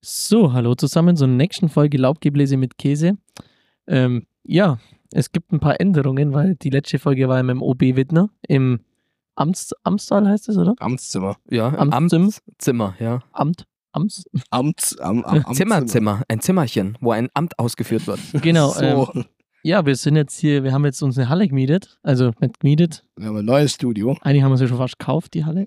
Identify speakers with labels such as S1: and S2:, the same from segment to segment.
S1: So, hallo zusammen zur nächsten Folge Laubgebläse mit Käse. Ähm, ja, es gibt ein paar Änderungen, weil die letzte Folge war im OB Wittner, im Amts, Amtssaal heißt es, oder?
S2: Amtszimmer.
S3: Ja, im
S1: Amtszimmer.
S3: Amtszimmer, ja.
S1: Amt, Amts,
S2: Amts, am, am,
S3: Zimmerzimmer,
S2: Amtszimmer.
S3: ein Zimmerchen, wo ein Amt ausgeführt wird.
S1: genau. Ähm,
S2: So,
S1: ja, wir sind jetzt hier, wir haben jetzt uns eine Halle gemietet, also nicht gemietet,
S2: wir haben ein neues Studio.
S1: eigentlich haben wir sie schon fast gekauft, die Halle.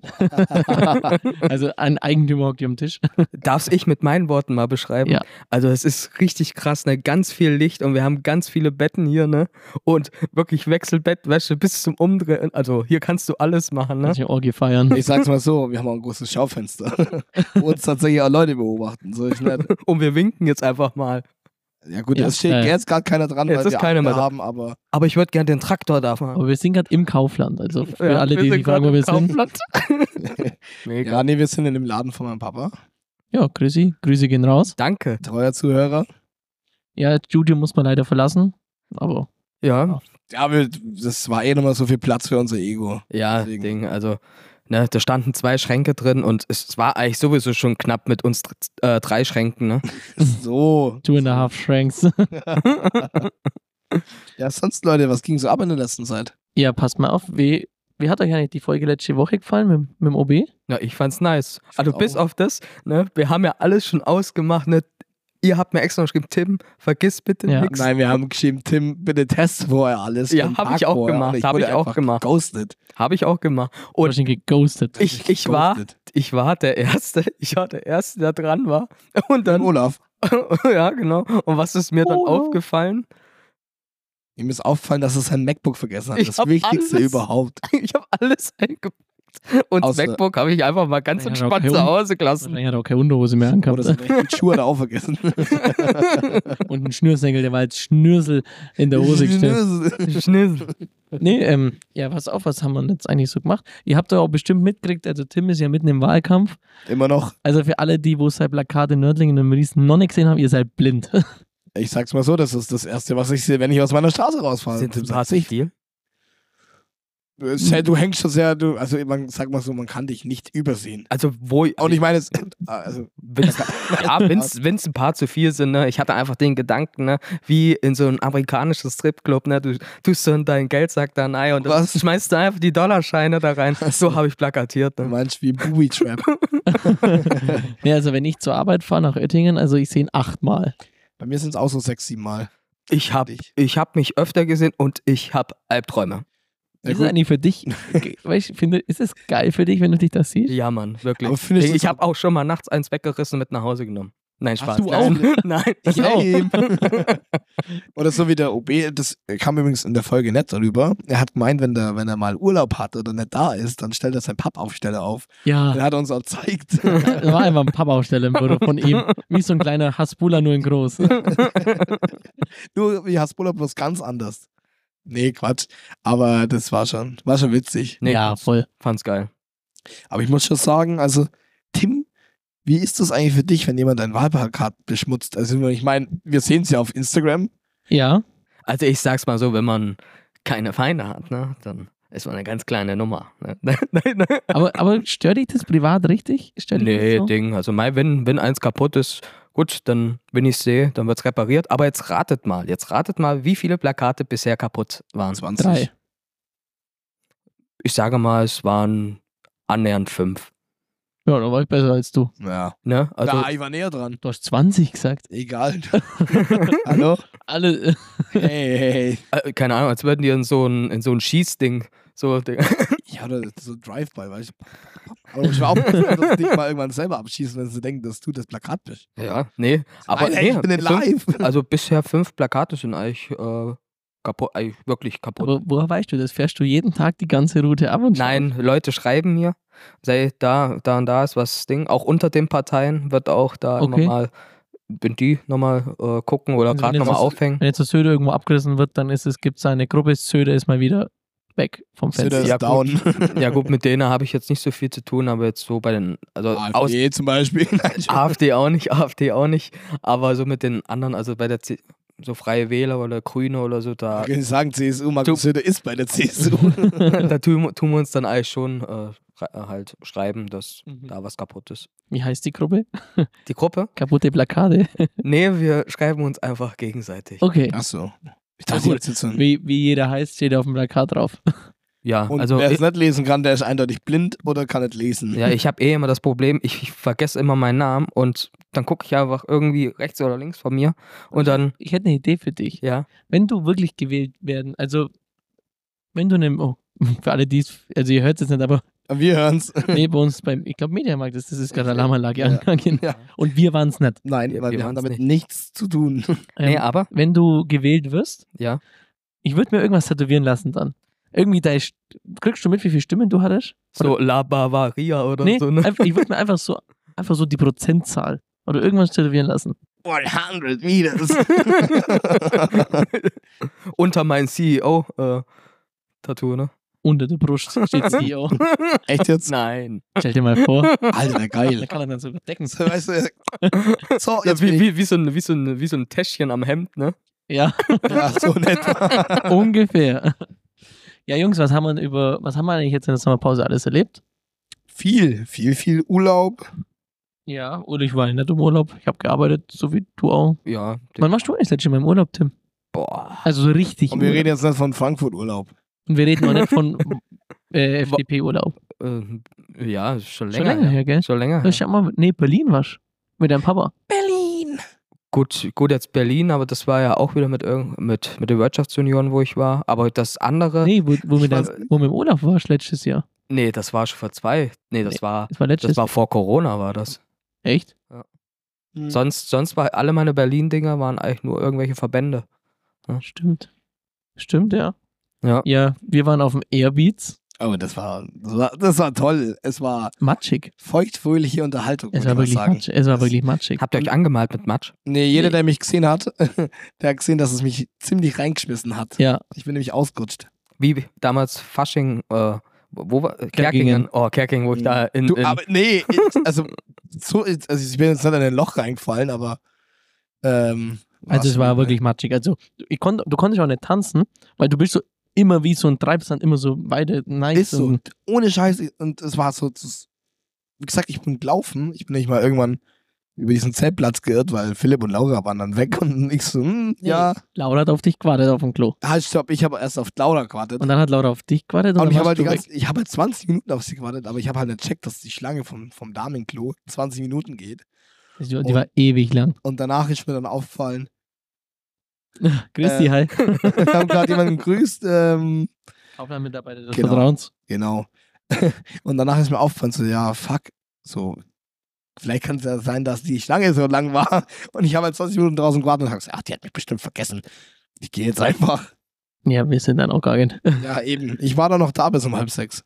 S1: also ein Eigentümer hockt hier am Tisch.
S3: Darf ich mit meinen Worten mal beschreiben?
S1: Ja.
S3: Also es ist richtig krass, ne? Ganz viel Licht und wir haben ganz viele Betten hier, ne? Und wirklich Wechselbettwäsche bis zum Umdrehen. Also hier kannst du alles machen, ne?
S1: Lass ich Orgie feiern.
S2: Ich sag's mal so, wir haben auch ein großes Schaufenster, wo uns tatsächlich auch Leute beobachten. So, ich nicht.
S3: Und wir winken jetzt einfach mal.
S2: Ja gut,
S1: Ja,
S2: jetzt steht
S1: äh,
S2: jetzt gerade keiner dran,
S3: jetzt
S2: weil
S3: ist
S2: wir
S3: keiner
S2: Akte
S3: mehr da.
S2: haben, aber
S3: Aber ich würde gerne den Traktor da machen.
S1: Aber wir sind gerade im Kaufland, also für
S3: Ja,
S1: alle,
S3: wir
S1: die
S3: sind
S1: sich fragen,
S3: gerade
S1: wo wir
S3: im
S1: sind.
S3: Kaufland. Mega.
S2: ja, nee, wir sind in dem Laden von meinem Papa,
S1: Ja, grüßi, Grüße gehen raus.
S3: Danke.
S2: treuer Zuhörer.
S1: Ja, das Studio muss man leider verlassen, aber
S3: Ja,
S2: Ja, wir, das war eh nochmal so viel Platz für unser Ego.
S3: ja,
S2: Deswegen.
S3: Ding. Also, ne, da standen zwei Schränke drin und es war eigentlich sowieso schon knapp mit uns dr- äh, drei Schränken, ne?
S2: So.
S1: two and a half Franks.
S2: Ja, sonst Leute, was ging so ab in der letzten Zeit?
S1: Ja, passt mal auf. Wie, wie hat euch eigentlich die Folge letzte Woche gefallen mit, mit dem OB?
S3: Ja, ich fand's nice. Also
S2: auch.
S3: bis auf das, ne, wir haben ja alles schon ausgemacht, ne? Ihr habt mir extra noch geschrieben, Tim, vergiss bitte
S1: Ja.
S3: nichts.
S2: Nein, wir haben geschrieben, Tim, bitte test vorher alles.
S3: Ja,
S2: Am
S3: hab
S2: Tag
S3: ich auch
S2: vorher.
S3: gemacht,
S2: Und
S3: hab
S2: wurde
S3: ich auch
S2: einfach
S3: gemacht.
S2: Ghosted.
S3: Habe ich auch gemacht. Und-
S1: Hast du ihn Oh, geghostet?
S3: Ich, ich, war,
S2: Ghosted.
S3: ich war der Erste, ich war der Erste, der dran war. Und dann,
S2: Olaf,
S3: ja genau, und was ist mir dann
S1: Oh, no.
S3: aufgefallen?
S2: ihm ist auffallen, dass er sein MacBook vergessen hat.
S3: Ich
S2: das
S3: hab
S2: Wichtigste
S3: alles.
S2: überhaupt.
S3: Ich habe alles eingepackt. Und das
S2: Außer-
S3: MacBook habe ich einfach mal ganz
S1: Ja,
S3: entspannt
S1: okay.
S3: zu Hause gelassen.
S1: Er hat auch keine Unterhose mehr angehabt.
S2: Oder seine rechten Schuhe hat er auch vergessen.
S1: Und ein Schnürsenkel, der war als Schnürsel in der Hose gestellt.
S3: Schnitzel.
S1: Nee, ähm, ja, pass auf, was haben wir denn jetzt eigentlich so gemacht? Ihr habt doch auch bestimmt mitgekriegt, also Tim ist ja mitten im Wahlkampf.
S2: Immer noch,
S1: Also für alle, die, wo sein Plakat in Nördlingen und Riesen noch nicht gesehen haben, ihr seid blind.
S2: ich sag's mal so, das ist das Erste, was ich sehe, wenn ich aus meiner Straße rausfahre.
S3: Sind
S2: Tim
S3: ein
S2: sagt,
S3: paar Stil?
S2: "Hey, äh, du hängst schon sehr, du, also man sag mal so, man kann dich nicht übersehen.
S3: Also wo
S2: Und ich meine, es, also,
S3: Wenn's, ja, wenn's, wenn's ein paar zu viel sind, ne? ich hatte einfach den Gedanken, ne? wie in so einem amerikanischen Stripclub, ne? du tust so in deinen Geldsack da rein und dann
S2: Was?
S3: schmeißt du einfach die Dollarscheine da rein. So habe ich plakatiert.
S2: du
S3: Ne?
S2: meinst wie Booby Trap.
S1: nee, also wenn ich zur Arbeit fahre nach Oettingen, also ich sehe ihn achtmal.
S2: Bei mir sind es auch so sechs, sieben Mal.
S3: Ich habe
S2: Dich.
S3: ich hab mich öfter gesehen und ich habe Albträume.
S2: Ja,
S1: ist
S2: gut.
S1: es eigentlich für dich, weil ich finde, ist es geil für dich, wenn du dich das siehst?
S3: Ja, Mann, wirklich.
S2: Aber findest
S3: ich
S2: du's-
S3: ich habe auch schon mal nachts eins weggerissen und mit nach Hause genommen. Nein, Spaß.
S2: du auch?
S3: Nein. Nein.
S2: Ich auch. oder so wie der OB, das kam übrigens in der Folge nicht darüber. Er hat gemeint, wenn, der, wenn er mal Urlaub hat oder nicht da ist, dann stellt er seinen Pappaufsteller auf.
S1: Ja.
S2: Den hat er uns auch gezeigt.
S1: Da war einfach ein Pappaufsteller im Büro von ihm. Wie so ein kleiner Hasbula, nur in groß.
S2: Nur wie Hasbulla bloß ganz anders. Nee, Quatsch. Aber das war schon, war schon witzig.
S3: Nee,
S1: ja, voll.
S3: Fand's geil.
S2: Aber ich muss schon sagen, also, Tim, wie ist das eigentlich für dich, wenn jemand dein Wahlplakat beschmutzt? Also, ich meine, wir sehen es ja auf Instagram.
S1: Ja,
S3: Also ich sag's mal so, wenn man keine Feinde hat, ne? dann ist man eine ganz kleine Nummer. Ne? Nein, nein.
S1: aber, aber stört dich das privat richtig? Stört dich
S3: Nee,
S1: das so?
S3: Ding. Also mein, wenn, wenn eins kaputt ist, gut, dann, wenn ich sehe, dann wird es repariert. Aber jetzt ratet mal, jetzt ratet mal, wie viele Plakate bisher kaputt waren.
S2: 20.
S1: Drei.
S3: Ich sage mal, es waren annähernd fünf.
S1: Ja, da war ich besser als du.
S2: Ja.
S3: Ne? Also,
S2: ja, ich war näher dran.
S1: Du hast 20 gesagt.
S2: Egal. Hallo?
S1: Alle. äh,
S2: Hey, hey, hey.
S3: äh, keine Ahnung, als würden die in so ein, in so ein Schießding. So, Ding.
S2: Ja, oder so Drive-By, weißt du. Aber ich war auch, dass die mal irgendwann selber abschießen, wenn sie denken, dass du das Plakat bist.
S3: ja, nee. Aber
S2: Nein, ey,
S3: nee,
S2: ich bin in
S3: fünf,
S2: live.
S3: Also bisher fünf Plakate sind eigentlich äh, kaputt, eigentlich wirklich kaputt.
S1: Aber woher weißt du das? Fährst du jeden Tag die ganze Route ab und schaust?
S3: Nein, Leute schreiben mir, sei da, da und da ist was Ding. Auch unter den Parteien wird auch da
S1: Okay.
S3: immer mal, wenn die nochmal äh, gucken oder
S1: Also
S3: gerade
S1: wenn jetzt
S3: nochmal
S1: was-
S3: aufhängen.
S1: Wenn jetzt der Söder irgendwo abgerissen wird, dann ist es, gibt es eine Gruppe, Söder ist mal wieder weg vom
S2: Söder
S1: Fenster.
S2: ist
S3: Ja, gut.
S2: down.
S3: Ja gut, mit denen habe ich jetzt nicht so viel zu tun, aber jetzt so bei den, also aus Ah.
S2: AfD zum Beispiel. Nein,
S3: AfD auch nicht, AfD auch nicht, aber so mit den anderen, also bei der C so Freie Wähler oder Grüne oder so, da,
S2: Wir können sagen, CSU,
S3: Du-
S2: Markus Söder ist bei der CSU.
S3: da tun, tun wir uns dann eigentlich schon äh, schrei- äh, halt schreiben, dass
S1: Mhm.
S3: da was kaputt ist.
S1: Wie heißt die Gruppe?
S3: Die Gruppe?
S1: Kaputte Plakate.
S3: Nee, wir schreiben uns einfach gegenseitig.
S1: Okay.
S2: Ach so. Ich
S1: Na
S2: dachte,
S1: gut.
S2: jetzt jetzt so ein-
S1: Wie, wie jeder heißt, steht auf dem Plakat drauf.
S3: Ja,
S2: Und
S3: also
S2: wer es
S3: ich,
S2: nicht lesen kann, der ist eindeutig blind oder kann nicht lesen.
S3: ja, ich habe eh immer das Problem, ich, ich vergesse immer meinen Namen und dann gucke ich einfach irgendwie rechts oder links von mir und dann,
S1: Ich hätte eine Idee für dich.
S3: ja,
S1: wenn du wirklich gewählt werden, also wenn du einem, oh, für alle die es, also ihr hört es jetzt nicht, aber
S2: Wir hören's.
S1: nee, bei uns beim, ich glaube Mediamarkt ist, das ist gerade
S2: Okay.
S1: Alarmanlage
S2: Ja.
S1: angegangen.
S2: Ja.
S1: Und wir waren es nicht.
S2: Nein,
S3: Wir-
S2: weil
S3: wir
S2: wir, haben
S3: waren's
S2: damit nichts zu tun.
S1: Ähm,
S3: nee, aber,
S1: wenn du gewählt wirst,
S3: ja,
S1: ich würde mir irgendwas tätowieren lassen dann. Irgendwie, da ist, kriegst du mit, wie viele Stimmen du hattest?
S3: so La Bavaria oder
S1: nee,
S3: so, ne?
S1: einfach, ich würde mir einfach so, einfach so die Prozentzahl oder irgendwas tätowieren lassen.
S2: 100 Meters.
S3: Unter E mein CEO-Tattoo, äh, ne?
S1: Unter der Brust steht CEO.
S2: Echt jetzt?
S3: Nein.
S1: Stell dir mal vor.
S2: Alter,
S1: Da
S2: geil.
S1: kann er dann so überdecken.
S2: So, weißt du, so,
S3: Ja,
S2: jetzt
S3: wie,
S2: bin ich,
S3: wie, wie, so ein, wie, so ein, wie so ein Täschchen am Hemd, ne?
S1: Ja.
S2: ja, so nett.
S1: Ungefähr. Ja, Jungs, was haben wir denn über, was haben wir eigentlich jetzt in der Sommerpause alles erlebt?
S2: viel, viel, viel Urlaub.
S1: Ja, oder ich war nicht im Urlaub. Ich habe gearbeitet, so wie du auch.
S3: Ja.
S1: Wann warst du eigentlich das letzte Mal im Urlaub, Tim?
S3: Boah.
S1: Also so richtig.
S2: Und wir
S1: Urlaub.
S2: reden jetzt nicht von Frankfurt-Urlaub.
S1: Und wir reden auch nicht von äh, FDP-Urlaub.
S3: Ähm, ja, ist schon
S1: Schon
S3: länger.
S1: länger
S3: her. ne?
S1: her, gell?
S3: Schon länger.
S1: Ja.
S3: her.
S1: Schau mal, nee, Berlin warst Mit deinem Papa.
S2: Berlin.
S3: Gut, gut, jetzt Berlin, aber das war ja auch wieder mit, irgend- mit, mit den Wirtschaftsjunioren, wo ich war. Aber das andere, nee,
S1: Nee, wo, wo,
S2: Ich
S1: mit deinem,
S2: weiß-
S1: wo mit dem Urlaub warst letztes Jahr.
S3: das war schon vor zwei. Nee, das
S1: Nee.
S3: war
S1: Das war letztes
S3: das war vor Corona, war das.
S1: Echt?
S2: Hm. Mhm.
S3: Sonst, sonst war alle meine Berlin-Dinger waren eigentlich nur irgendwelche Verbände.
S1: Stimmt. Stimmt, ja.
S3: Ja.
S1: Ja, wir waren auf dem Airbeats.
S2: Oh, das war, das war, das war toll. Es war
S1: Matschig.
S2: feuchtfröhliche Unterhaltung,
S1: Es
S2: muss
S1: war
S2: man
S1: wirklich
S2: sagen.
S1: matschig. Es war
S2: Das-
S1: wirklich matschig.
S3: Habt ihr euch angemalt mit Matsch?
S2: Nee, jeder,
S1: Nee.
S2: der mich gesehen hat, der hat gesehen, dass es mich ziemlich reingeschmissen hat.
S1: Ja,
S2: Ich bin nämlich ausgerutscht.
S3: Wie damals Fasching, äh, wo war Kerkingen? Oh, Kerkingen, wo ich da in,
S2: Hm. Du,
S3: in
S2: aber nee, ich- also, so, also ich bin jetzt nicht in ein Loch reingefallen, aber ähm,
S1: Also es
S2: schon-
S1: war wirklich matschig. Also du- ich konnt, du konntest auch nicht tanzen, weil du bist so immer wie so ein Treibsand, immer so weiter nice.
S2: ist so
S1: Und,
S2: ohne Scheiß und es war so, das, wie gesagt, ich bin gelaufen, ich bin nicht mal irgendwann über diesen Zeltplatz geirrt, weil Philipp und Laura waren dann weg und ich so, hm, ja,
S1: Laura hat auf dich gewartet auf dem Klo.
S2: halt stopp, ich habe erst auf Laura gewartet.
S1: Und dann hat Laura auf dich gewartet und,
S2: Und
S1: dann
S2: ich habe
S1: warst
S2: halt, die
S1: du weg.
S2: ganze, ich hab halt 20 Minuten auf sie gewartet, aber ich habe halt nicht checkt, dass die Schlange vom, vom Damenklo 20 Minuten geht.
S1: Also Die, die war ewig lang.
S2: Und danach ist mir dann aufgefallen,
S1: Grüß
S2: Äh,
S1: dich, hi.
S2: wir haben gerade jemanden gegrüßt. Ähm,
S1: Kaufmann-Mitarbeiter des
S2: genau.
S1: Vertrauens.
S2: genau. Und danach ist mir aufgefallen, so, ja, fuck, so, vielleicht kann es ja sein, dass die Schlange so lang war. Und ich habe halt 20 Minuten draußen gewartet und habe gesagt, ach, die hat mich bestimmt vergessen. Ich gehe jetzt einfach.
S1: Ja, wir sind dann auch gegangen.
S2: Ja, eben. Ich war dann noch da bis um halb sechs.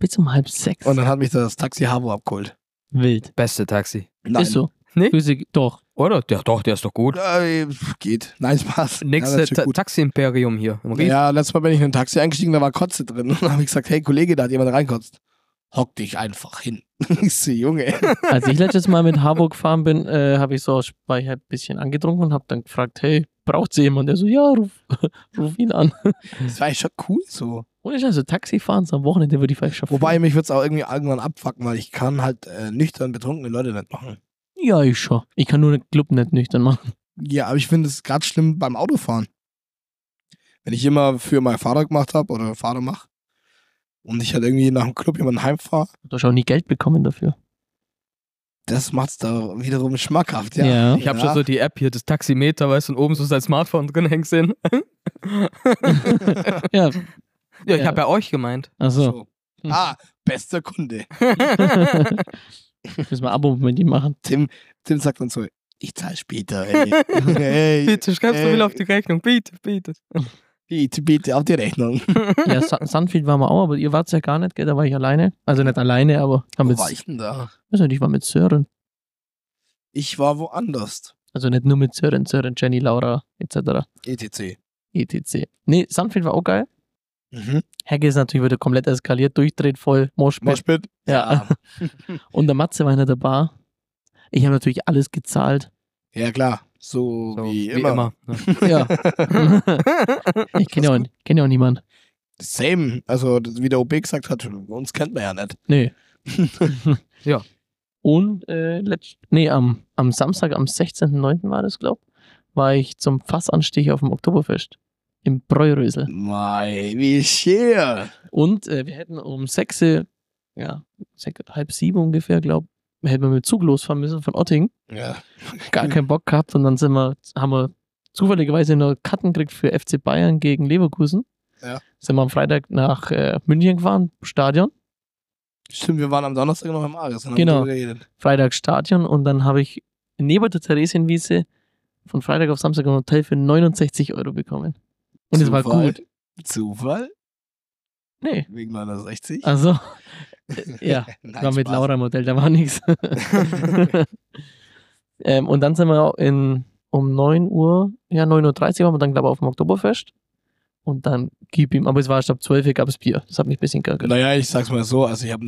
S1: Bis um halb sechs.
S2: Und dann hat mich das Taxi Havo abgeholt.
S1: Wild.
S3: beste Taxi.
S2: Nein.
S1: Ist so.
S3: Nee?
S1: Grüße, doch.
S3: Oder? Der, doch, der ist doch gut.
S2: Äh, geht. Nein, Spaß.
S3: Nächste
S2: ja, das ist
S3: Ta
S2: schon gut.
S3: Taxi-Imperium hier. Im Ried.
S2: Ja, letztes Mal bin ich in ein Taxi eingestiegen, da war Kotze drin. Und dann habe ich gesagt, hey Kollege, da hat jemand reinkotzt. Hock dich einfach hin. ich so, Junge.
S1: Als ich letztes Mal mit Harburg gefahren bin, äh, habe ich so aus Speicher ein bisschen angetrunken und habe dann gefragt, hey, braucht sie jemand? Der so, ja, ruf, ruf ihn an.
S2: Das war eigentlich schon cool so.
S1: Ohne Scheiß, so Taxifahren so am Wochenende würde ich vielleicht schaffen.
S2: Wobei, mich würde es auch irgendwie irgendwann abfacken, weil ich kann halt äh, nüchtern betrunkene Leute nicht machen.
S1: Ja, ich schon. Ich kann nur den Club nicht nüchtern machen.
S2: Ja, aber ich finde es gerade schlimm beim Autofahren. Wenn ich immer für meinen Vater gemacht habe oder Vater mache und ich halt irgendwie nach dem Club jemanden heimfahre,
S1: Du hast auch nie Geld bekommen dafür.
S2: das macht's da wiederum schmackhaft, ja.
S1: Ja.
S3: Ich habe schon so die App hier, das Taximeter, weißt du, und oben so sein Smartphone drin hängst sehen.
S1: Ja,
S3: Ja, ich
S1: Ja.
S3: habe ja euch gemeint.
S1: also
S2: So.
S3: Hm.
S2: Ah, bester Kunde.
S1: müssen wir ein Abo mit ihm machen.
S2: Tim, Tim sagt dann so, ich zahle später. Hey. hey,
S3: Bitte, schreibst
S2: Äh.
S3: du viel auf die Rechnung. Bitte, bitte.
S2: bitte, bitte auf die Rechnung.
S1: Ja, Sa- Sunfield waren wir auch, aber ihr wart ja gar nicht, gell? Da war ich alleine. Also nicht alleine, aber haben
S2: Wo
S1: mit,
S2: war ich denn da?
S1: weiß nicht, ich war mit Sören.
S2: Ich war woanders. E
S1: Also nicht nur mit Sören, Sören, Jenny, Laura, etc.
S2: ETC.
S1: etc. Nee, Sunfield war auch geil.
S2: Mhm.
S1: Hagge ist natürlich wieder komplett eskaliert, durchdreht voll, Moshpit.
S2: Moshpit?
S1: Ja. Und der Matze war hinter der Bar. Ich habe natürlich alles gezahlt.
S2: Ja, klar. So,
S3: So,
S2: wie, immer.
S1: Ja.
S3: Ja.
S1: ich kenne ja, auch- kenn ja auch niemanden.
S2: Same. Also, das- wie der OB gesagt hat, uns kennt man ja nicht.
S1: Nee.
S3: Ja.
S1: Und äh, letzt, nee, am, am Samstag, am 16.09. war das, glaube ich, war ich zum Fassanstich auf dem Oktoberfest im Bräurösel.
S2: Mei, wie schier.
S1: Und äh, wir hätten um sechs, äh, ja, sech- halb sieben ungefähr, glaube ich, hätten wir mit Zug losfahren müssen von Otting.
S2: Ja.
S1: Gar keinen Bock gehabt und dann sind wir, haben wir zufälligerweise noch Karten gekriegt für FC Bayern gegen Leverkusen.
S2: Ja.
S1: Sind wir am Freitag nach äh, München gefahren, Stadion.
S2: Stimmt, wir waren am Donnerstag noch im Ares. und haben
S1: Genau.
S2: drüber geredet.
S1: Freitag Stadion und dann habe ich neben der Theresienwiese von Freitag auf Samstag ein Hotel für 69 Euro bekommen. Und es war
S2: Zufall.
S1: gut.
S2: Zufall?
S1: Nee.
S2: Wegen 69?
S1: Also, ja,
S2: Nein,
S1: ich war mit
S2: Spaß.
S1: Laura im Hotel, da war nichts. ähm, und dann sind wir auch in, um 9 Uhr, ja, 9.30 Uhr waren wir dann, glaube ich, auf dem Oktoberfest. Und dann gib ihm, aber es war erst ab 12 Uhr gab es Bier. Das hat mich ein bisschen geärgert.
S2: Naja, ich sag's mal so, also ich habe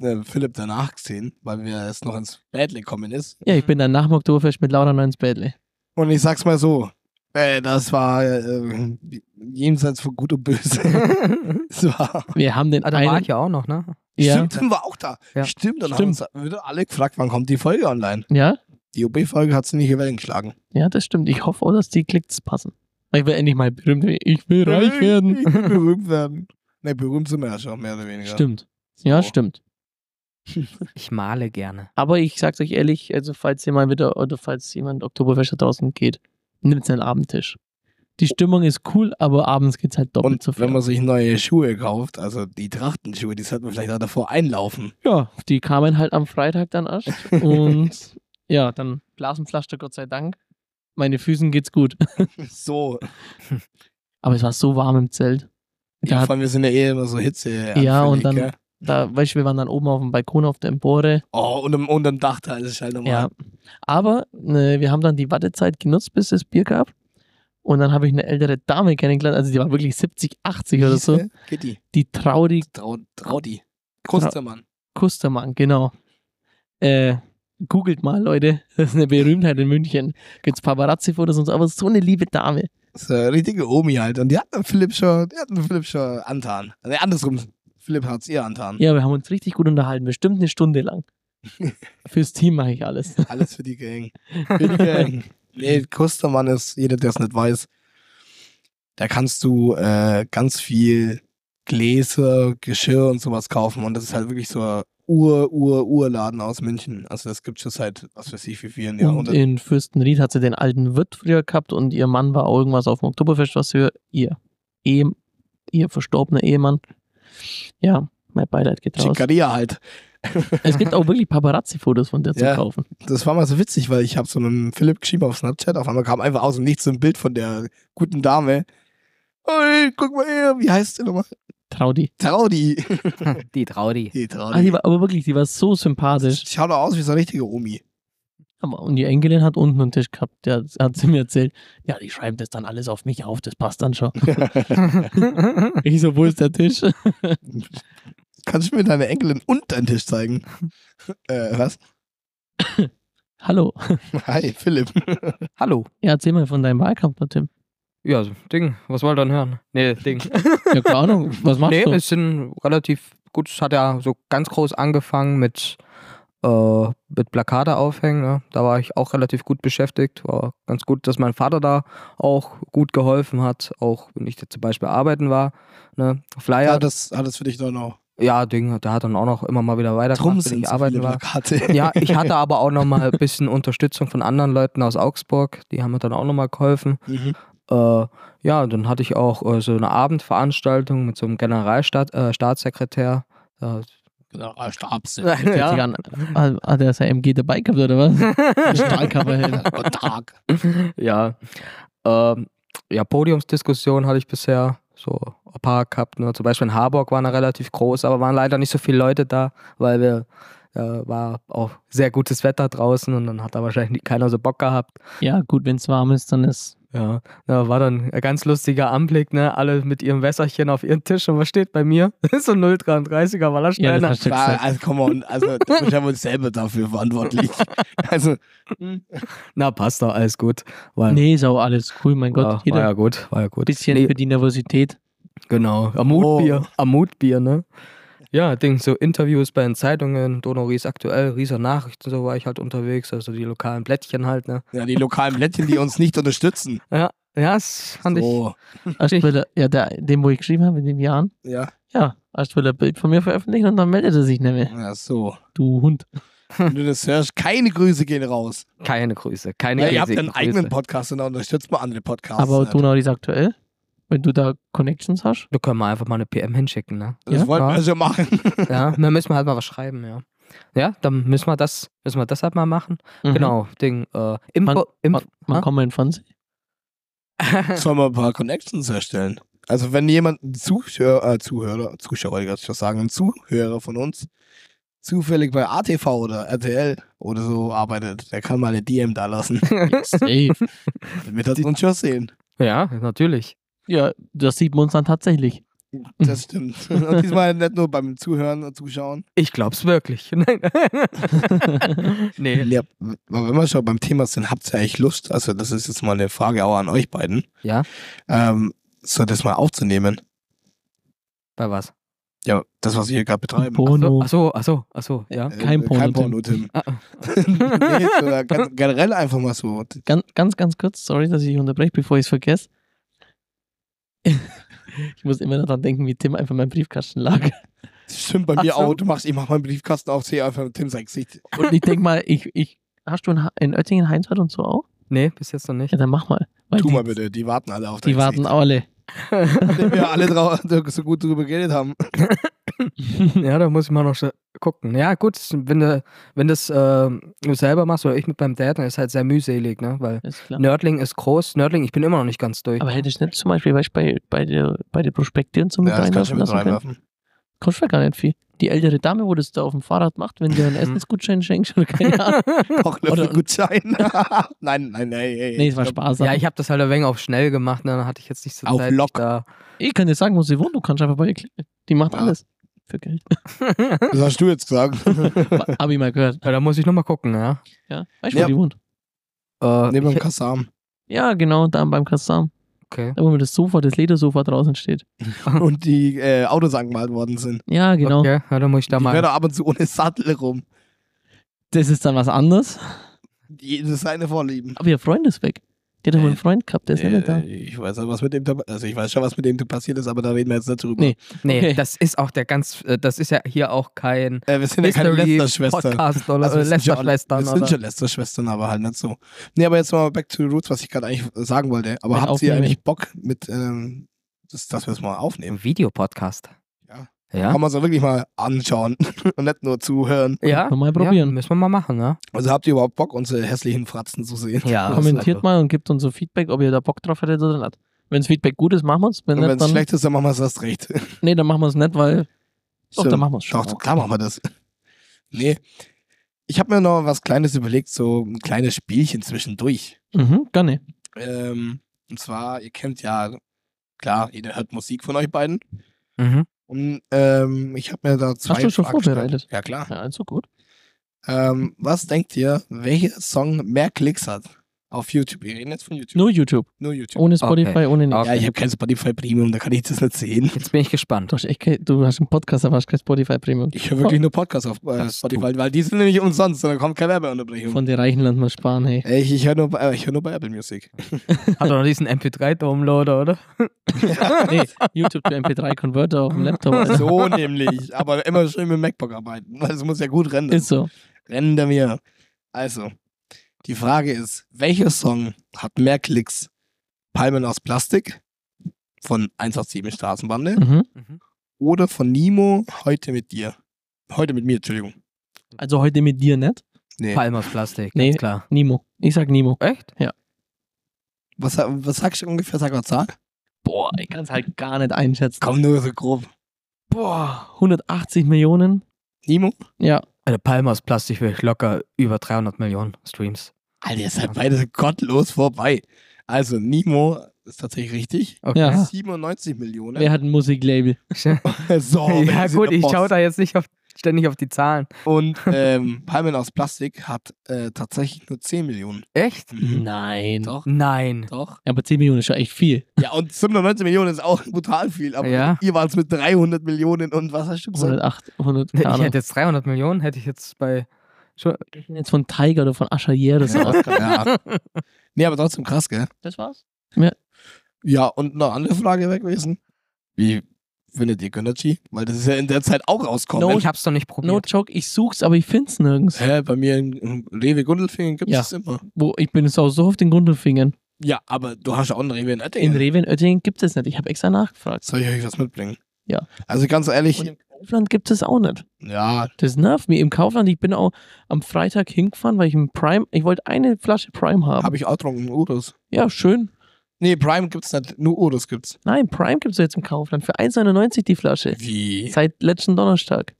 S2: äh, Philipp danach gesehen, weil wir jetzt noch ins Bädle gekommen ist.
S1: Ja, ich bin dann nach dem Oktoberfest mit Laura noch ins Bädle.
S2: Und ich sag's mal so, äh, das war äh, jenseits von gut und böse. Es war,
S1: Wir haben den
S3: ah, da war
S1: einen,
S3: ich ja auch noch, ne?
S1: ja,
S2: Stimmt, Tim war auch da.
S3: Ja.
S2: Stimmt, dann
S1: Stimmt.
S2: haben uns wieder alle gefragt, wann kommt die Folge online.
S1: ja,
S2: Die OB-Folge hat sie nicht in Wellen geschlagen.
S1: ja, das stimmt. Ich hoffe auch, dass die Klicks passen. Ich will endlich mal berühmt werden. Ich will reich werden.
S2: Ich will berühmt werden. Ne, berühmt sind wir ja schon, mehr oder weniger.
S1: Stimmt. Ja,
S2: So.
S1: stimmt.
S3: Ich male gerne.
S1: Aber ich sag's euch ehrlich, also falls ihr mal wieder oder falls jemand Oktoberfest da draußen geht, nimmt einen Abendtisch. Die Stimmung ist cool, aber abends geht's halt doppelt
S2: Und
S1: so viel.
S2: wenn man sich neue Schuhe kauft, also die Trachtenschuhe, die sollte man vielleicht auch davor einlaufen.
S1: ja, die kamen halt am Freitag dann erst und ja, dann Blasenpflaster, Gott sei Dank. Meine Füßen geht's gut.
S2: So.
S1: Aber es war so warm im Zelt. Da
S2: Ja,
S1: hat-
S2: vor allem, wir sind ja eh immer so Hitze.
S1: Ja, und
S2: anfällig,
S1: dann-
S2: gell?
S1: Da, weißt du, wir waren dann oben auf dem Balkon auf der Empore.
S2: Oh, und im, und im Dachteil ist halt normal.
S1: Ja. Aber ne, wir haben dann die Wartezeit genutzt, bis es Bier gab. Und dann habe ich eine ältere Dame kennengelernt, also die war wirklich 70, 80 oder so.
S2: Kitty.
S1: Die Traudi
S2: Trau, Traudi. Kustermann.
S1: Kustermann, genau. Äh, googelt mal, Leute. Das ist eine Berühmtheit in München. Gibt's Paparazzi-Fotos und so, aber so eine liebe Dame.
S2: Das ist eine richtige Omi halt. Und die hat einen Philipp schon, die hat einen Philipp schon antan. Also andersrum, Philipp hat's ihr antan.
S1: Ja, wir haben uns richtig gut unterhalten, bestimmt eine Stunde lang. Fürs Team mache ich alles.
S2: Alles für die Gang. Für die Gang. Nee, Kustermann ist, jeder, der es nicht weiß, da kannst du äh, ganz viel Gläser, Geschirr und sowas kaufen. Und das ist halt wirklich so ein Ur, Ur, Urladen aus München. Also das gibt schon seit, was weiß ich, wie vielen
S1: und
S2: Jahrhunderten.
S1: in Fürstenried hat sie den alten Wirt früher gehabt und ihr Mann war auch irgendwas auf dem Oktoberfest, was für ihr, Ehe, ihr verstorbener Ehemann. Ja, mein Beileid geht raus.
S2: Chicaria halt.
S1: Es gibt auch wirklich Paparazzi-Fotos von der zu
S2: Ja.
S1: kaufen.
S2: das war mal so witzig, weil ich habe so einem Philipp geschrieben auf Snapchat, auf einmal kam einfach aus dem Nichts so ein Bild von der guten Dame. Oi, guck mal her, wie heißt die nochmal?
S1: Traudi.
S2: Traudi.
S3: Die Traudi.
S2: Die
S1: Ah, die
S2: Traudi.
S1: war, aber wirklich, die war so sympathisch.
S2: Schaut doch aus wie so eine richtige Omi.
S1: Aber, und die Enkelin hat unten einen Tisch gehabt, der hat- hat sie mir erzählt, ja, die schreiben das dann alles auf mich auf, das passt dann schon. Ich so, wo ist der Tisch?
S2: Kannst du mir deine Enkelin und deinen Tisch zeigen? äh, was?
S1: Hallo.
S2: Hi, Philipp.
S3: Hallo.
S1: Ja, erzähl mal von deinem Wahlkampf, noch, Tim.
S3: Ja, so, Ding. Was wollt ihr denn hören? Nee, Ding.
S1: Ja, keine Ahnung, was machst
S3: nee,
S1: du?
S3: es sind relativ gut. Es hat ja so ganz groß angefangen mit, äh, mit Plakate aufhängen. Ne? Da war ich auch relativ gut beschäftigt. War ganz gut, dass mein Vater da auch gut geholfen hat. Auch wenn ich da zum Beispiel arbeiten war. Ne? Flyer.
S2: Ja, das hat es für dich doch noch.
S3: Ja, Ding, der hat dann auch noch immer mal wieder
S2: Drum
S3: weitergemacht, wenn
S2: sind
S3: ich
S2: so viele
S3: arbeiten war.
S2: Plakate.
S3: Ja, ich hatte aber auch noch mal ein bisschen Unterstützung von anderen Leuten aus Augsburg. Die haben mir dann auch noch mal geholfen.
S2: Mhm.
S3: Äh, ja, dann hatte ich auch äh, so eine Abendveranstaltung mit so einem Generalstaatssekretär. Äh, Staatssekretär. Äh,
S2: Genau, ah, Stabse.
S1: Hört sich
S3: ja.
S1: an, hat hat er sein MG dabei gehabt, oder was? Stahlkammerhelm.
S2: Guten Tag.
S3: ja. Ähm, ja, Podiumsdiskussion hatte ich bisher so ein paar gehabt. Ne? Zum Beispiel in Harburg war eine relativ groß, aber waren leider nicht so viele Leute da, weil wir äh, war auch sehr gutes Wetter draußen und dann hat da wahrscheinlich keiner so Bock gehabt.
S1: Ja, gut, wenn es warm ist, dann ist.
S3: Ja, da war dann ein ganz lustiger Anblick, ne? Alle mit ihrem Wässerchen auf ihren Tisch und was steht bei mir? Das ist so ein
S1: Ja,
S3: 0,33er
S1: das
S3: Wallersteiner.
S1: hast du
S2: War,
S1: gesagt.
S2: also, komm on, also, ich habe uns selber dafür verantwortlich. Also,
S3: Na, passt doch, alles gut. War,
S1: Nee, ist auch alles cool, mein Gott.
S3: Oh, war,
S1: jeder
S3: war ja gut, war ja gut.
S1: bisschen
S3: Nee,
S1: für die Nervosität.
S3: Genau,
S2: Oh.
S3: Amutbier. Amutbier, ne? Ja, Ding, so Interviews bei den Zeitungen, Donauries aktuell, Rieser Nachrichten, so war ich halt unterwegs, also die lokalen Blättchen halt, ne?
S2: Ja, die lokalen Blättchen, die uns nicht unterstützen.
S3: Ja, ja das fand ich.
S2: so.
S1: Aschwiller, ja, der, dem, wo ich geschrieben habe, in dem Jahren,
S2: Ja.
S1: ja, Aschwiller Bild von mir veröffentlichen und dann meldet er sich nicht mehr.
S2: ja, so.
S1: Du Hund.
S2: Wenn du das hörst, keine Grüße gehen raus.
S3: Keine Grüße, keine
S2: Ja, ihr habt
S3: riesigen
S2: einen eigenen
S3: Grüße.
S2: Podcast und dann unterstützt mal andere Podcasts.
S1: Aber
S2: nicht.
S1: Donau ist aktuell, wenn du da Connections hast.
S3: Wir können mal einfach mal eine PM hinschicken, ne?
S2: das
S1: ja,
S2: wollten
S3: ja.
S2: wir schon machen.
S3: Ja, dann müssen wir halt mal was schreiben, ja. Ja, dann müssen wir das, müssen wir das halt mal machen.
S1: Mhm.
S3: Genau, Ding, äh, Impf,
S1: Man-
S3: Impf,
S1: Man
S3: Ah.
S1: kann mal in den Fernsehen.
S2: Sollen wir ein paar Connections herstellen? Also, wenn jemand, ein Zuhörer, äh, Zuhörer, Zuschauer, wollte ich gerade schon sagen, ein Zuhörer von uns, zufällig bei ATV oder RTL oder so arbeitet, der kann mal eine DM da lassen.
S1: Safe.
S2: Wir das uns schon sehen.
S3: ja, natürlich.
S1: ja, das sieht man uns dann tatsächlich.
S2: Das stimmt. Und diesmal nicht nur beim Zuhören und Zuschauen.
S3: Ich glaub's wirklich. Nein. nee.
S2: Ja, aber wenn wir schon beim Thema sind, habt ihr eigentlich Lust? Also, das ist jetzt mal eine Frage auch an euch beiden.
S3: Ja.
S2: Ähm, so, das mal aufzunehmen.
S3: Bei was?
S2: Ja, das, was wir hier gerade betreiben.
S1: Porno.
S3: Achso, achso, achso, ja.
S2: Äh,
S1: kein Porno,
S2: Kein
S1: Tim.
S2: Porno, Tim.
S3: Ah,
S2: nee, so, gen- generell einfach mal so.
S1: Ganz, ganz, ganz kurz, sorry, dass ich unterbreche, bevor ich es vergesse. ich muss immer daran denken, wie Tim einfach meinen Briefkasten lag.
S2: Das stimmt bei
S3: Ach
S2: mir
S3: so.
S2: auch. Du machst, ich mach meinen Briefkasten auf, sehe einfach Tim sein Gesicht.
S1: Und ich denke mal, ich, ich, hast du in, Ha- in Oettingen Heinzhardt und so auch?
S3: Nee, bis jetzt noch nicht.
S1: Ja, dann mach mal. Weil
S2: tu
S1: die,
S2: mal bitte, die warten alle auf
S1: Die warten auch alle.
S2: Gesicht, nachdem wir alle drau- so gut drüber geredet haben.
S3: Ja, da muss ich mal noch sch- gucken. Ja, gut, es- wenn du, wenn das ähm, du selber machst oder ich mit meinem Dad, dann ist halt sehr mühselig, ne? Weil
S1: Ist klar.
S3: Nerdling ist groß, Nerdling, ich bin immer noch nicht ganz durch.
S1: Aber hättest du nicht zum Beispiel weißt, du, bei, bei, der, bei den Prospektieren zum
S2: Ja, das kannst du mit
S1: lassen können?
S2: reinwerfen.
S1: Kostet ja gar nicht viel. Die ältere Dame, wo das da auf dem Fahrrad macht, wenn du
S2: Mhm.
S1: einen Essensgutschein schenkst oder keine Ahnung.
S2: Auch
S1: Oder-
S2: Löffelgutschein. nein, nein, nein. Ey,
S1: Nee, es war
S2: Ich glaub,
S1: Spaß.
S3: ja, ich habe das halt ein wenig auf schnell gemacht, ne? dann hatte ich jetzt nicht so
S2: Auf
S3: Zeit.
S2: Lock.
S3: Da.
S1: Ich kann dir sagen, wo sie wohnt, du kannst einfach bei ihr klingeln. Die macht
S2: Ja.
S1: alles. Für Geld.
S2: Das hast du jetzt gesagt.
S1: Hab ich mal gehört.
S3: Ja, da muss ich nochmal gucken, ja.
S1: Ja. Weißt du, wo
S2: Ja.
S1: die wohnt?
S3: Äh,
S2: Neben dem
S3: ich,
S2: Kassam.
S1: Ja, genau, da beim Kassam.
S3: okay.
S1: Da, wo mir das Sofa, das Ledersofa draußen steht.
S2: Und die äh, Autos angemalt worden sind.
S1: Ja, genau.
S3: okay. Ja, dann muss ich da
S2: Die fährt
S3: mal.
S2: doch ab und zu ohne Sattel rum.
S1: Das ist dann was anderes.
S2: Jedes seine Vorlieben.
S1: Aber ihr Freund ist weg. Der hat doch wohl einen Freund gehabt, der ist nicht mehr da.
S2: Äh, Ich weiß ja, was mit dem da- also ich weiß schon, was mit dem da passiert ist, aber da reden wir jetzt nicht drüber.
S1: Nee.
S3: Nee,
S1: okay.
S3: das ist auch der ganz, äh, das ist ja hier auch kein
S2: Äh, wir sind ja keine
S3: Mystery
S2: Lester-Schwestern.
S3: Podcast oder
S2: Also
S3: also
S2: wir sind schon-
S3: Lester-Schwestern.
S2: Wir sind
S3: oder-
S2: schon Lester-Schwestern, aber halt nicht so. Nee, aber jetzt mal back to the roots, was ich gerade eigentlich sagen wollte. Aber
S1: Mit
S2: habt ihr
S1: aufnehmen.
S2: eigentlich Bock mit, ähm, das, dass wir es mal aufnehmen?
S3: Ein Videopodcast.
S2: Ja.
S3: Ja.
S2: Kann man so wirklich mal anschauen und nicht nur zuhören.
S3: Ja,
S1: Können wir mal probieren.
S3: Ja, müssen wir mal machen, ne?
S2: Also habt ihr überhaupt Bock, unsere hässlichen Fratzen zu sehen?
S3: Ja,
S2: also-
S1: Kommentiert
S3: Also.
S1: mal und gebt uns so Feedback, ob ihr da Bock drauf hättet oder nicht. Wenn das Feedback gut ist, machen wir es. Wenn
S2: Und wenn
S1: nicht,
S2: es
S1: dann.
S2: schlecht ist, dann machen wir es erst recht.
S1: Nee, dann machen wir es nicht, weil. Doch,
S2: Stimmt.
S1: dann machen wir es schon.
S2: Doch, klar machen wir das. Nee. Ich habe mir noch was Kleines überlegt, so ein kleines Spielchen zwischendurch.
S1: Mhm, gar nicht.
S2: Ähm, und zwar, ihr kennt ja, klar, jeder hört Musik von euch beiden.
S3: Mhm.
S2: Und ähm, ich habe mir da zwei
S1: du schon
S2: Fragen gestellt.
S1: vorbereitet?
S2: Ja, klar.
S1: Ja, also gut.
S2: Ähm, was denkt ihr, welcher Song mehr Klicks hat auf YouTube? Wir reden jetzt von YouTube.
S1: Nur YouTube.
S2: Nur YouTube.
S1: Ohne Spotify, ohne nichts.
S2: Ja, ich habe kein Spotify Premium, da kann ich das nicht sehen.
S3: Jetzt bin ich gespannt.
S1: Du hast, echt kein, du hast einen Podcast, aber hast kein Spotify Premium.
S2: Ich höre wirklich nur Podcasts auf äh,
S3: Das
S2: Spotify, weil die sind nämlich umsonst und da kommt keine Werbeunterbrechung.
S1: Von den reichen Land mal sparen, hey.
S2: Ey, ich ich höre nur, bei- ich hör nur bei Apple Music.
S3: Hat doch noch diesen MP3-Downloader, oder?
S1: Nee, YouTube zu MP3-Converter auf dem Laptop. Alter.
S2: So nämlich, aber immer schön mit dem MacBook arbeiten, weil es muss ja gut rendern.
S1: Ist so.
S2: Render mir. Also, die Frage ist, welcher Song hat mehr Klicks? Palmen aus Plastik von 187 Straßenbande
S1: Mhm.
S2: oder von Nimo heute mit dir? Heute mit mir, Entschuldigung.
S1: Also heute mit dir nicht.
S2: Nee.
S3: Palmas Plastik,
S1: Nee.
S3: ganz klar.
S1: Nimo. Ich sag Nimo.
S3: Echt?
S2: Was, was sagst du ungefähr? Sag mal Zahl.
S1: Boah, ich kann es halt gar nicht einschätzen.
S2: Komm nur so grob.
S1: Boah, 180 Millionen.
S2: Nimo?
S1: Ja,
S3: Eine Palmas Also Plastik will ich locker über 300 Millionen Streams.
S2: Alter, ihr seid beide gottlos vorbei. Also, Nimo ist tatsächlich richtig.
S1: Ja.
S2: 97 Millionen.
S1: wer hat ein Musiklabel?
S2: So,
S3: Ah. ja
S2: wir sind
S3: gut,
S2: der
S3: ich
S2: Boss.
S3: schaue da jetzt nicht auf ständig auf die Zahlen.
S2: Und ähm, Palmen aus Plastik hat äh, tatsächlich nur 10 Millionen.
S3: Echt?
S1: Mhm. Nein.
S2: Doch,
S3: Nein.
S2: doch.
S1: Ja, aber 10 Millionen ist schon echt viel.
S2: Hm? Ja, und 97 Millionen ist auch brutal viel, aber
S3: Ja.
S2: ihr wart es mit 300 Millionen und was hast du gesagt?
S1: 108, 100,
S3: Ich
S1: keine Ahnung.
S3: hätte jetzt 300 Millionen, hätte ich jetzt bei. Schon,
S1: Ich bin jetzt von Tiger oder von Asher Yeres aus.
S2: ja. Nee, aber trotzdem krass, gell?
S1: Das war's?
S2: Ja, und eine andere Frage wäre gewesen. Wie findet ihr Gönnergy? Weil das ist ja in der Zeit auch rausgekommen.
S1: No.
S3: ich hab's doch nicht probiert.
S1: No joke, ich such's, aber ich find's nirgends.
S2: Hä, bei mir in, in Rewe Gundelfingen gibt
S1: Ja.
S2: es immer.
S1: Wo, ich bin jetzt auch so auf den Grundelfingern.
S2: Ja, aber du hast ja auch einen Rewe in Oettingen.
S1: In Rewe in Oettingen gibt es nicht. Ich habe extra nachgefragt.
S2: Soll ich euch was mitbringen?
S1: Ja.
S2: Also ganz ehrlich,
S1: Und im Kaufland gibt es auch nicht.
S2: ja,
S1: Das nervt mir. Im Kaufland, ich bin auch am Freitag hingefahren, weil ich ein Prime, ich wollte eine Flasche Prime haben.
S2: habe ich auch getrunken, Urus.
S1: ja, schön.
S2: Nee, Prime gibt's nicht, nur Urus gibt's.
S1: Nein, Prime gibt es jetzt im Kaufland für 1,99 die Flasche.
S2: Wie?
S1: Seit letzten Donnerstag.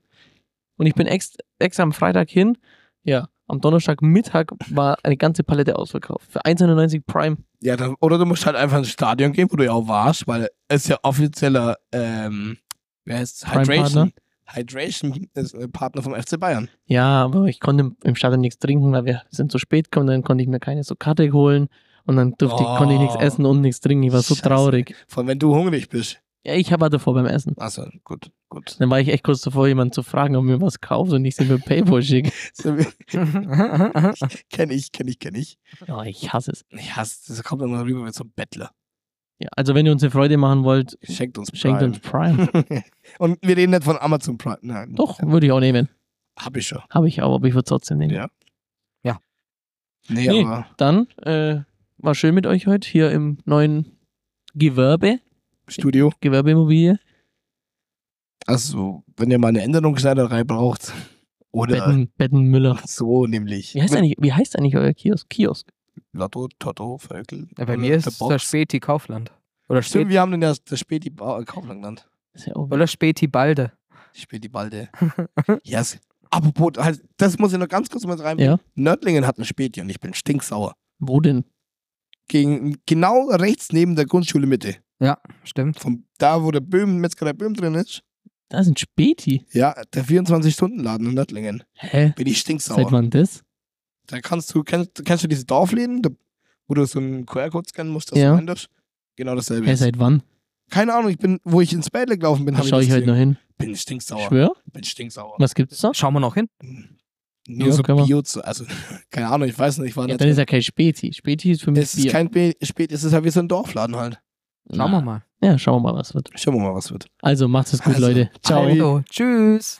S1: Und ich bin ex, extra am Freitag hin. Ja, am Donnerstag Mittag war eine ganze Palette ausverkauft. Für 1,99 Prime.
S2: Ja, dann, oder du musst halt einfach ins Stadion gehen, wo du ja auch warst, weil es ja offizieller, ähm, wer heißt
S1: Prime
S2: Hydration? Hydration ist äh, Partner vom FC Bayern.
S1: Ja, aber ich konnte im- im Stadion nichts trinken, weil wir sind zu spät gekommen. Dann konnte ich mir keine so Karte holen. Und dann durfte
S2: Oh.
S1: ich, konnte ich nichts essen und nichts trinken. Ich war so
S2: Scheiße.
S1: traurig.
S2: Von wenn du hungrig bist.
S1: Ja, ich war davor beim Essen.
S2: Achso, gut, gut.
S1: Dann war ich echt kurz davor, jemanden zu fragen, ob mir was kauft und ich sie mit Paypal schicke.
S2: kenn ich, kenn ich, kenn ich.
S1: Oh, ich hasse es.
S2: Ich hasse, das kommt immer rüber wie so ein Bettler.
S1: Ja, also wenn ihr uns eine Freude machen wollt,
S2: Schenkt uns Prime.
S1: schenkt uns Prime.
S2: Und wir reden nicht von Amazon Prime. Nein.
S1: Doch, würde ich auch nehmen.
S2: Hab ich schon.
S1: Habe ich auch, aber ich würde trotzdem nehmen.
S2: Ja.
S3: Ja.
S2: Nee,
S1: Nee.
S2: aber
S1: Dann äh, war schön mit euch heute hier im neuen Gewerbe,
S2: Studio.
S1: Gewerbeimmobilie.
S2: Also, wenn ihr mal eine Änderungsschneiderei braucht. Oder
S1: Betten, Bettenmüller.
S2: so nämlich.
S1: Wie heißt, eigentlich, wie heißt eigentlich euer Kiosk? Kiosk.
S2: Lotto, Totto, Völkel.
S3: Ja, bei
S2: oder
S3: mir ist
S2: der
S3: das
S2: Box.
S3: Späti Kaufland. Oder,
S2: Stimmt,
S3: Spät,
S2: wir haben den ja das Späti Ba- äh, Kaufland genannt.
S1: Ist ja auch
S3: oder Späti Balde.
S2: Späti Balde. yes. Apropos, halt, das muss ich noch ganz kurz mit reinbringen.
S1: Ja.
S2: Nördlingen hat einen Späti und ich bin stinksauer.
S1: Wo denn?
S2: Gegen, genau rechts neben der Grundschule Mitte.
S3: Ja, stimmt.
S2: Von da, wo der Böhm, Metzgerei Böhm drin ist.
S1: Da sind Späti.
S2: Ja, der 24-Stunden-Laden in Nördlingen.
S1: Hä?
S2: Bin ich
S1: Seit
S2: stinksauer.
S1: wann das?
S2: Da kannst du, kennst, kennst du diese Dorfläden, da- wo du so einen QR-Code scannen musst, dass
S1: Ja.
S2: du rein darfst? Genau dasselbe.
S1: Hä, seit wann?
S2: Keine Ahnung, ich bin, wo ich ins Bett gelaufen bin,
S1: Da
S2: habe ich
S1: schaue ich
S2: das
S1: heute
S2: Ding.
S1: noch hin.
S2: Bin stinksauer.
S1: Schwör?
S2: Bin stinksauer.
S1: Was gibt's da?
S3: Schauen wir noch hin.
S2: Nur
S1: Ja,
S2: so
S1: können wir.
S2: Bio zu, also keine Ahnung, ich weiß nicht, ich war
S1: Ja,
S2: nicht.
S1: dann ist ja kein Späti. Späti ist für mich
S2: es ist
S1: Bier.
S2: kein Bi- Spät, es ist ja wie so ein Dorfladen halt.
S1: Na,
S3: Schauen wir mal.
S1: Ja, schauen wir mal, was wird.
S2: Schauen wir mal, was wird.
S1: Also macht's es gut,
S2: Also,
S1: Leute. Ciao.
S2: Ivy.
S3: Also, tschüss.